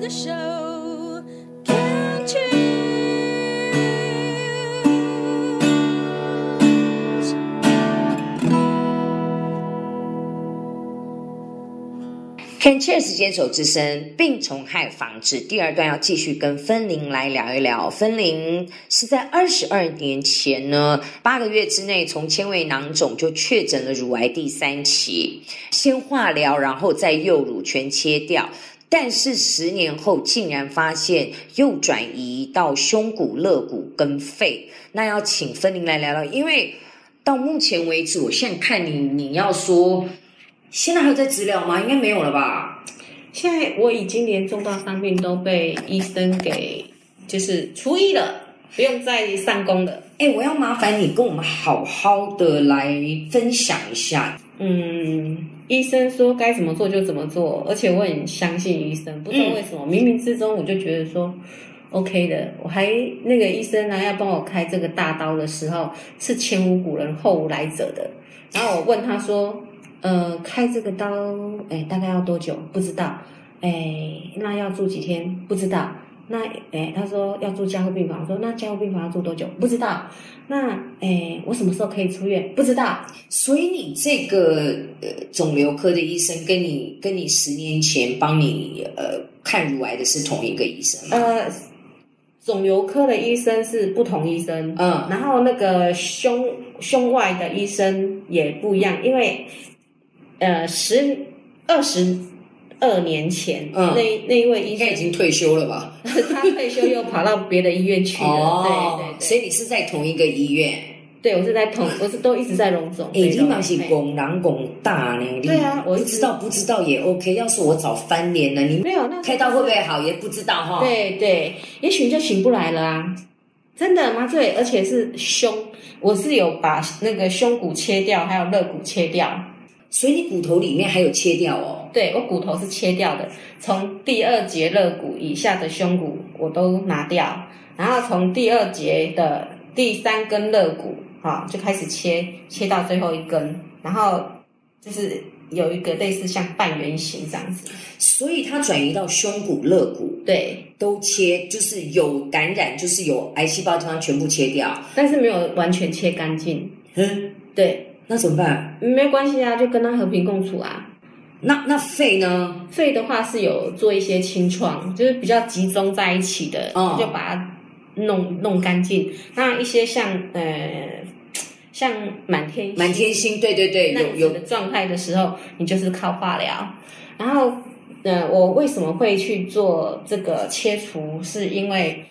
的手，Can't you？ Can Cheers 坚守之声病虫害防治第二段要继续跟芬玲来聊一聊。芬玲是在二十二年前呢，八个月之内从纤维囊肿就确诊了乳癌第三期，先化疗，然后再右乳全切掉。但是十年后竟然发现又转移到胸骨、肋骨跟肺。那要请芬玲来聊聊，因为到目前为止，我现在看你，你要说现在还有在治疗吗？应该没有了吧？现在我已经连重大伤病都被医生给就是除以了，不用再上工了。哎，我要麻烦你跟我们好好的来分享一下。嗯，医生说该怎么做就怎么做，而且我很相信医生。不知道为什么，冥冥之中我就觉得说 OK 的。我还那个医生呢、要帮我开这个大刀的时候，是前无古人后无来者的。然后我问他说，呃，开这个刀，哎，大概要多久？不知道。哎，那要住几天？不知道。那哎，他说要住加护病房，我说那加护病房要住多久？不知道。那哎，我什么时候可以出院？不知道。所以你这个呃肿瘤科的医生跟你跟你十年前帮你呃看乳癌的是同一个医生吗？呃，肿瘤科的医生是不同医生，呃嗯，然后那个胸胸外的医生也不一样，因为呃十二十二年前，嗯那那一位医应该已生经退休了吧？他退休又跑到别的医院去了，哦对对对，哦所以你是在同一个医院，对我是在同我是都一直在荣总，哎，对你嘛荣是嘿拱狼拱大呢？你对啊我不知道不知道也 OK。要是我早翻脸了，你没有那时候开刀会不是会好也不知道哈。，对对，也许你就醒不来了啊！真的麻醉，而且是胸，我是有把那个胸骨切掉，还有肋骨切掉。所以你骨头里面还有切掉哦。对我骨头是切掉的，从第二节肋骨以下的胸骨我都拿掉，然后从第二节的第三根肋骨啊就开始切，切到最后一根，然后就是有一个类似像半圆形这样子。所以它转移到胸骨、肋骨对，都切，就是有感染，就是有癌细胞地方全部切掉。但是没有完全切干净。嗯，对，那怎么办？没关系啊，就跟他和平共处啊。那那肺呢？肺的话是有做一些清创，就是比较集中在一起的，哦就把它弄弄干净。那一些像呃像满天星满天星，对对对，那有样子有的状态的时候，你就是靠化疗。然后呃，我为什么会去做这个切除？是因为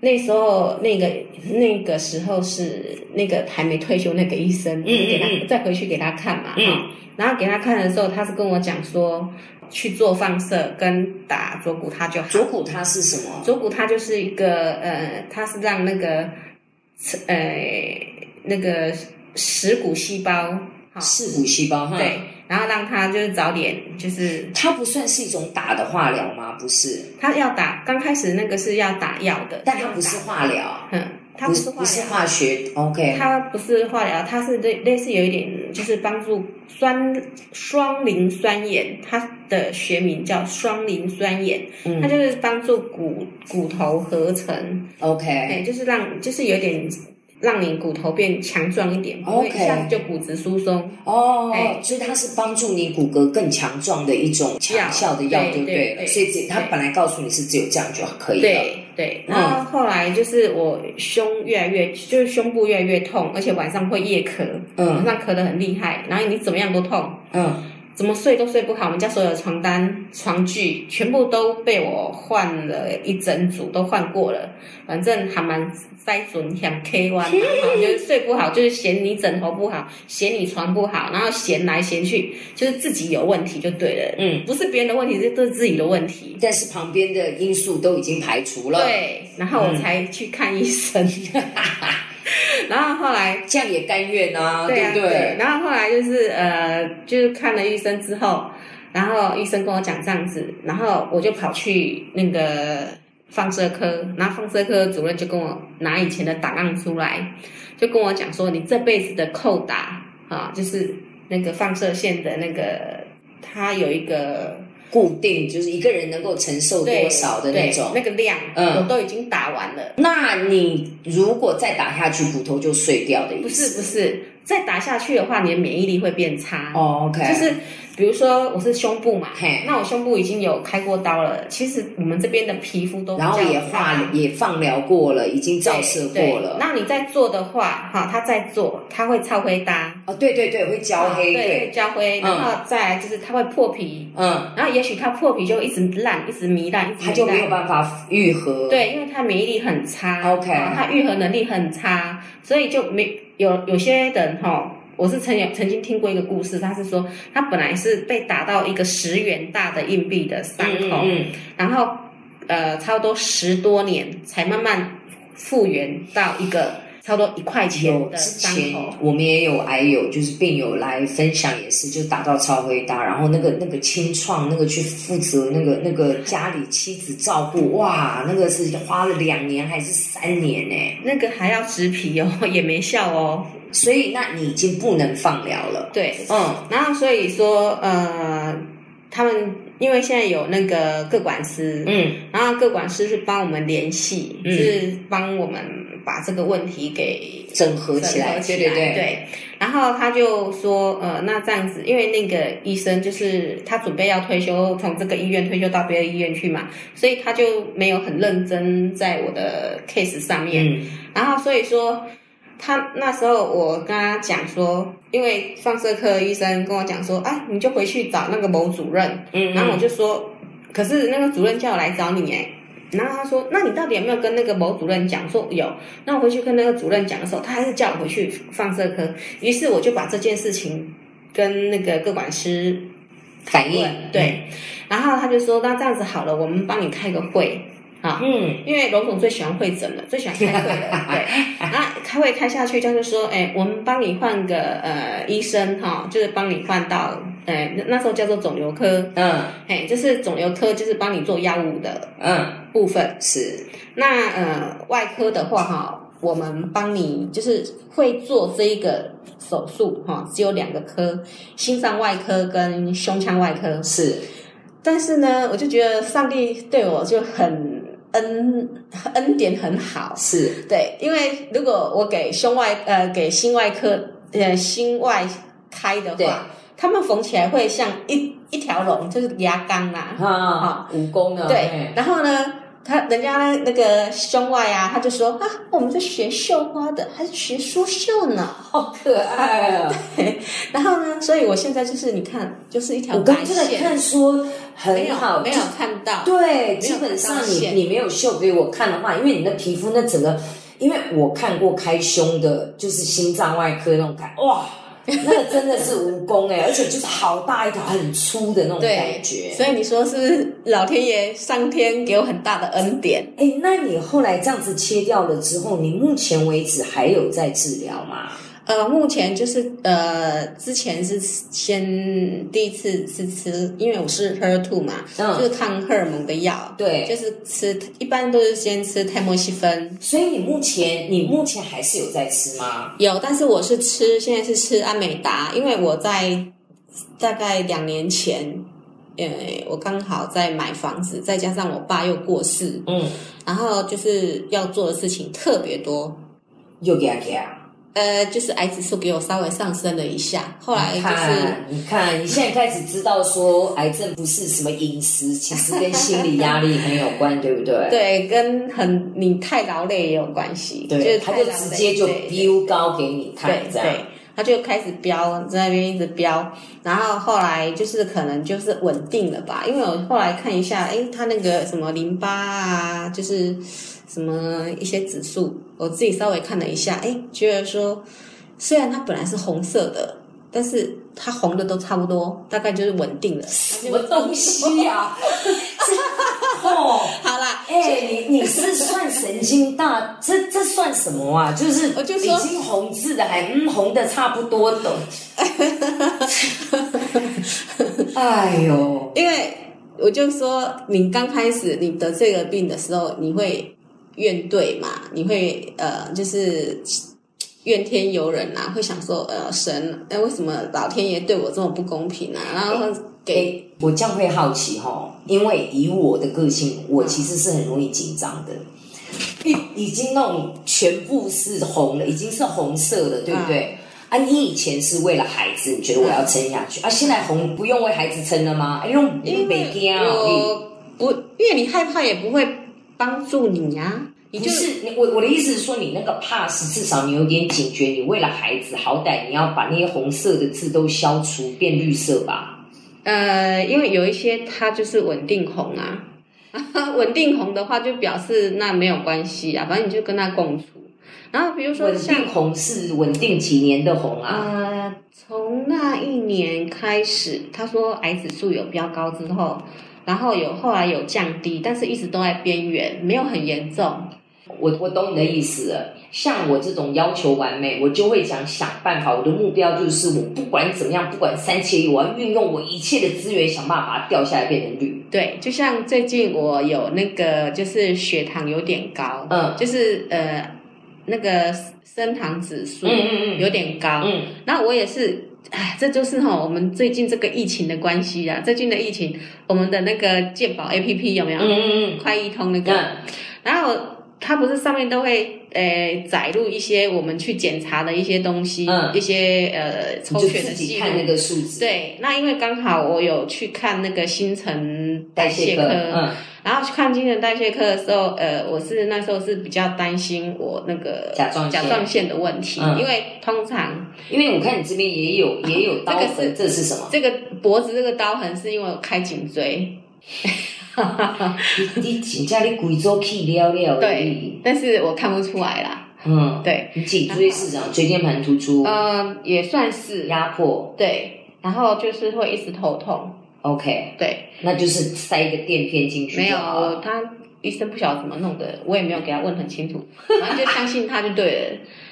那时候那个那个时候是那个还没退休那个医生，嗯嗯给他嗯再回去给他看嘛，嗯哈然后给他看的时候，他是跟我讲说去做放射跟打左骨他就好。左骨它是什么？左骨它就是一个呃，它是让那个呃那个食骨细胞好视骨细胞哈。对，，然后让它就是早点就是它不算是一种打的化疗吗？不是，他要打，刚开始那个是要打药的，但它不是化疗，嗯，它不不是是不化是疗。化学。OK，它不是化疗，它是类类似有一点，就是帮助酸双磷酸盐，它的学名叫双磷酸盐，它嗯就是帮助骨骨头合成， ，OK，哎，就是让，就是有点让你骨头变强壮一点，不会 OK 一下子就骨质疏松。哦哎，所以它是帮助你骨骼更强壮的一种强效的药，药对不对对？对所以这它对本来告诉你是只有这样就可以了。对对，嗯然后后来就是我胸越来越，就是胸部越来越痛，而且晚上会夜咳，嗯晚上咳得很厉害，然后你怎么样都痛，嗯，怎么睡都睡不好。我们家所有的床单、床具全部都被我换了一整组，都换过了，反正还蛮塞准想 K 弯，然后就是睡不好，就是嫌你枕头不好，嫌你床不好，然后嫌来嫌去，就是自己有问题就对了，嗯，不是别人的问题，这都是自己的问题。但是旁边的因素都已经排除了，嗯对，然后我才去看医生， 然后后来这样也甘愿啊，对对啊不对？然后后来就是呃，就是看了医生之后，然后医生跟我讲这样子，然后我就跑去那个放射科，然后放射科主任就跟我拿以前的档案出来，就跟我讲说你这辈子的扣打啊，就是那个放射线的那个，它有一个固定，就是一个人能够承受对多少的那对种。那个量，嗯我都已经打完了。那你如果再打下去，骨头就碎掉的意不思？是不是，再打下去的话，你的免疫力会变差。哦，OK，就是比如说我是胸部嘛嘿，那我胸部已经有开过刀了，其实我们这边的皮肤都比然后较也差化也放疗过了，已经照射过对对了。那你在做的话，哈，它在做，它会超灰搭，哦，对对对，会焦黑，啊对，对，会焦灰，嗯然后再来就是它会破皮，嗯，然后也许它破皮就一直烂，一直糜烂，一直糜烂它就没有办法哦愈合。，对，因为它免疫力很差 OK 啊它愈合能力很差，所以就没有有些人哈、我是曾有曾经听过一个故事，他是说他本来是被打到一个十元大的硬币的伤嗯口，嗯然后呃差不多十多年才慢慢复原到一个差不多一块嗯，钱有的之伤前口。我们也有癌友，就是病友来分享，也是就打到超回搭，然后那个那个清创那个去负责那个那个家里妻子照顾，哇，那个是花了两年还是三年呢、那个还要植皮哦， 也没效哦。所以那你已经不能放疗了。对，嗯，然后所以说，呃，他们因为现在有那个各管师，嗯然后各管师是帮我们联系，嗯是帮我们把这个问题给整合起整来，合起来。对对对然后他就说，呃，那这样子，因为那个医生就是他准备要退休，从这个医院退休到别的医院去嘛，所以他就没有很认真在我的 case 上面。嗯然后所以说，他那时候我跟他讲说，因为放射科医生跟我讲说，啊，你就回去找那个某主任。嗯，然后我就说，可是那个主任叫我来找你哎。然后他说：“那你到底有没有跟那个某主任讲？”说有。那我回去跟那个主任讲的时候，他还是叫我回去放射科。于是我就把这件事情跟那个各管师反应问，对，然后他就说：“那这样子好了，我们帮你开个会啊。”嗯，因为龙总最喜欢会诊了，最喜欢开会了，对。然后开会开下去，他就说，哎，我们帮你换个呃医生哈、就是帮你换到，哎，那那时候叫做肿瘤科，嗯哎，就是肿瘤科就是帮你做药物的嗯部分。是，那呃外科的话哈、我们帮你就是会做这一个手术哈、只有两个科，心脏外科跟胸腔外科。是，但是呢，我就觉得上帝对我就很恩恩典很好，是，对，因为如果我给胸外呃给心外科呃心外开的对话，他们缝起来会像一一条龙，就是牙缸啦、啊，哎武功呢？对，然后呢，他人家呢那个胸外啊，他就说啊，我们是学绣花的，还是学苏绣呢？好可爱啊！然后呢，所以我现在就是你看，就是一条我白刚真的线，看说没很有好，没有看到，对，有基本上看到你线你没有秀给我看的话，因为你的皮肤那整个，因为我看过开胸的，就是心脏外科那种感，哇，那个真的是蜈蚣哎、而且就是好大一条很粗的那种对感觉。所以你说是不是老天爷上天给我很大的恩典？哎、那你后来这样子切掉了之后，你目前为止还有在治疗吗？呃，目前就是呃，之前是先第一次是吃，因为我是 HER2 嘛，嗯就是抗荷尔蒙的药，对就是吃，一般都是先吃泰莫西芬，所以你目前你目前还是有在吃吗？有，但是我是吃，现在是吃安美达，因为我在大概两年前，呃，我刚好在买房子，再加上我爸又过世，嗯，然后就是要做的事情特别多，又给他给啊！呃，就是癌指数给我稍微上升了一下，后来你就是。看，你看，你现在开始知道说癌症不是什么饮食，其实跟心理压力很有关，对不对？对，跟很你太劳累也有关系，就是他太就劳直累接就对丢高给你看对，这对样。，他就开始飙，在那边一直飙，然后后来就是可能就是稳定了吧，因为我后来看一下，诶，他那个什么淋巴啊，就是什么一些指数，我自己稍微看了一下，诶，觉得说虽然它本来是红色的，但是它红的都差不多，大概就是稳定了。什么东西呀、啊？哦，好啦，哎、你你是算神经大？这这算什么啊？就是我就已说经红字的还嗯红的差不多 的。哎呦，因为我就说，你刚开始你得这个病的时候，你会怨怼嘛，你会呃，就是怨天呃尤人啊，会想说，呃，神，哎、为什么老天爷对我这么不公平啊？然后给我这样会好奇哈，因为以我的个性，我其实是很容易紧张的。已已经那种全部是红了，已经是红色了，对不嗯对？啊，你以前是为了孩子，你觉得我要撑下去啊？现在红不用为孩子撑了吗？哎，用嗯因北京为啊，你我不，因为你害怕也不会帮助你呀，你不就是你我我的意思是说，你那个怕是至少你有点警觉，你为了孩子，好歹你要把那些红色的字都消除，变绿色吧？呃，因为有一些它就是稳定红啊， 稳定红的话就表示那没有关系啊，反正你就跟他共处。然后比如说稳像定红是稳定几年的红啊？呃，从那一年开始，他说癌指数有飙高之后，然后有后来有降低，但是一直都在边缘，没有很严重。我我懂你的意思了。像我这种要求完美，我就会想想办法。我的目标就是，我不管怎么样，不管三七一，我要运用我一切的资源，想办法把它掉下来变成绿。对，就像最近我有那个就是血糖有点高，嗯就是呃那个升糖指数嗯嗯嗯有点高，嗯那我也是，哎，这就是哈、我们最近这个疫情的关系啊。最近的疫情，我们的那个健保 APP 有没有？嗯嗯嗯快易通那个，嗯，然后它不是上面都会呃载入一些我们去检查的一些东西，嗯一些呃抽你就血自的己记看那录。个数字，对，那因为刚好我有去看那个新陈代代谢谢科，科，嗯然后去看新陈代谢科的时候，呃，我是那时候是比较担心我那个甲状腺甲状腺的问题，嗯因为通常因为我看你这边也有也有刀这个痕，是这是什么？这个脖子这个刀痕是因为我开颈椎，你你请假你贵州去了了，对，，但是我看不出来啦，嗯，对，你脊椎是这样，椎间盘突出、嗯，也算是，压迫对，然后就是会一直头痛， ，OK，对，那就是塞一个垫片进去没就有好了，我他医生不晓得怎么弄的，我也没有给他问很清楚， 反正就相信他就对了，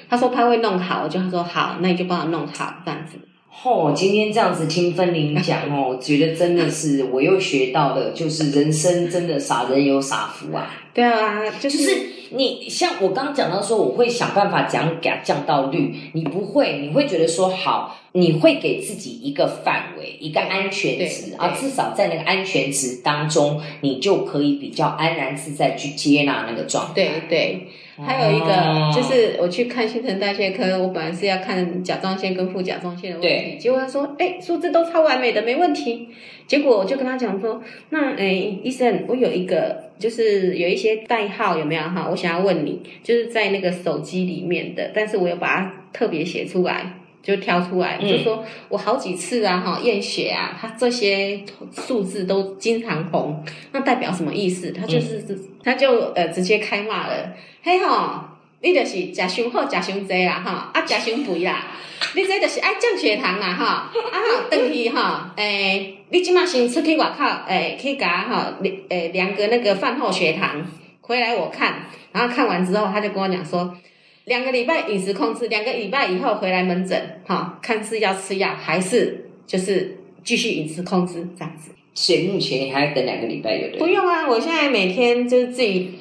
他说他会弄好，我就说好，那你就帮我弄好这样子，哦，今天这样子听芬玲讲哦，我觉得真的是我又学到了，就是人生真的傻人有傻福啊。对啊，就就是是你像我刚刚讲到说，我会想办法讲给它降到绿，你不会，你会觉得说好，你会给自己一个范围，一个安全值对啊，对至少在那个安全值当中，你就可以比较安然自在去接纳那个状态。对对，还有一哦个就是我去看新陈代谢科，我本来是要看甲状腺跟副甲状腺的问对题，结果他说，哎、数字都超完美的，没问题。结果我就跟他讲说，那哎、医生，我有一个就是有一些代号有没有哈？我想要问你，就是在那个手机里面的，但是我有把它特别写出来。就挑出来，嗯我就说我好几次啊，哈，验血啊，它这些数字都经常红，那代表什么意思？他就是、他就呃直接开骂了，嘿吼，你就是食伤好，食伤济啦，吼，啊，食伤肥啦，你这就是爱降血糖啦，吼，啊，吼，回去吼，诶、你即马先出去外口，诶、去甲吼，诶、量个那个饭后血糖，回来我看，然后看完之后，他就跟我讲说。两个礼拜饮食控制，两个礼拜以后回来门诊，哈、看是要吃药还是就是继续饮食控制这样子。所以目前你还要等两个礼拜，对不不对？用啊，我现在每天就是自己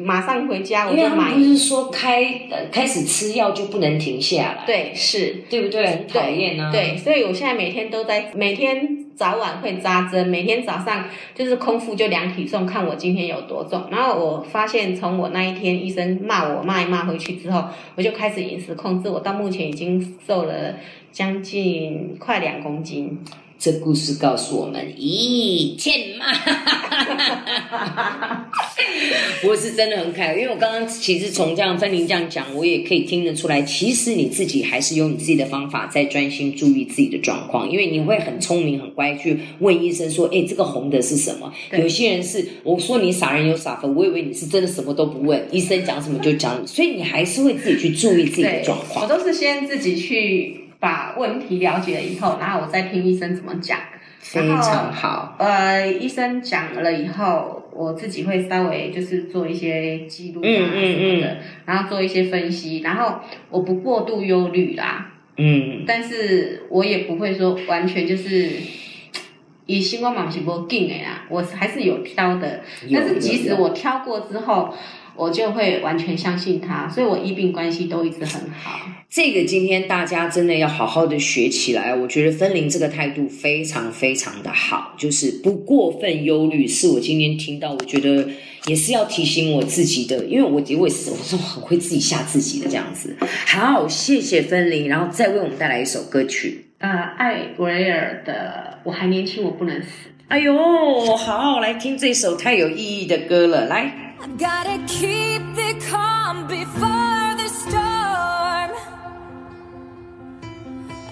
马上回家我因为就他买们不。是说开呃开始吃药就不能停下来，对，是，对不对？很讨厌啊。对，所以我现在每天都在，每天早晚会扎针，每天早上就是空腹就量体重，看我今天有多重。然后我发现，从我那一天医生骂我骂一骂回去之后，我就开始饮食控制，我到目前已经瘦了将近快两公斤。这故事告诉我们，咦，欠骂。 我是真的很开，因为我刚刚其实从这样芬玲这样讲，我也可以听得出来，其实你自己还是有你自己的方法在专心注意自己的状况，因为你会很聪明、很乖去问医生说，哎，这个红的是什么？对有些人是我说你傻人有傻福，我以为你是真的什么都不问，医生讲什么就讲，所以你还是会自己去注意自己的对状况我。都是先自己去把问题了解了以后，然后我再听医生怎么讲。非然后常好，呃，医生讲了以后，我自己会稍微就是做一些记录啊嗯嗯什么的，然后做一些分析，然后我不过度忧虑啦，嗯，但是我也不会说完全就是。以星光嘛是不紧的啦，我还是有挑的，有但是即有使有我挑过之后，我就会完全相信他，所以我医病关系都一直很好。这个今天大家真的要好好的学起来。我觉得分龄这个态度非常非常的好，就是不过分忧虑，是我今天听到，我觉得也是要提醒我自己的，因为我我也是我说很会自己吓自己的这样子。好，谢谢分龄，然后再为我们带来一首歌曲。呃，艾维尔的《我还年轻，我不能死》。哎呦，好，来听这首太有意义的歌了，来。 I've gotta keep the calm before the storm.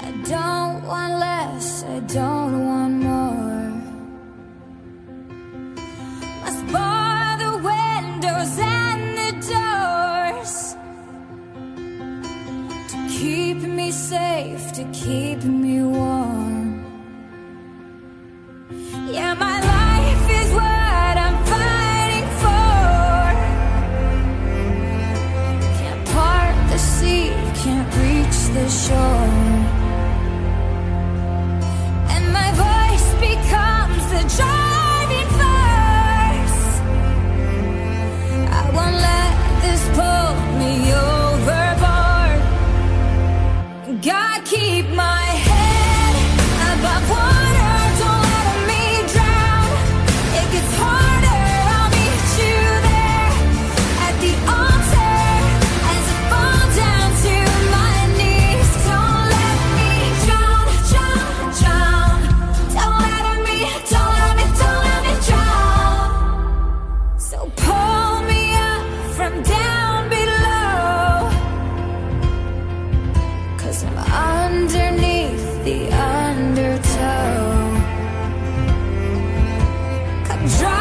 I don't want less, I don't want more. Must bar the windows and the doors to keep me safe, to keep me warm. Yeah, my life is what I'm fighting for. Can't part the sea, can't reach the shore. And my voice becomes the driving force. I won't let this pull me overboard. God keep my head above water. Don't let me drown. It gets harder. I'll meet you there at the altar as I fall down to my knees. Don't let me drown, drown, drown. Don't let me, don't let me, don't let me drown. So pull me up from down below. Cause I'm underneath the undertow. Come drive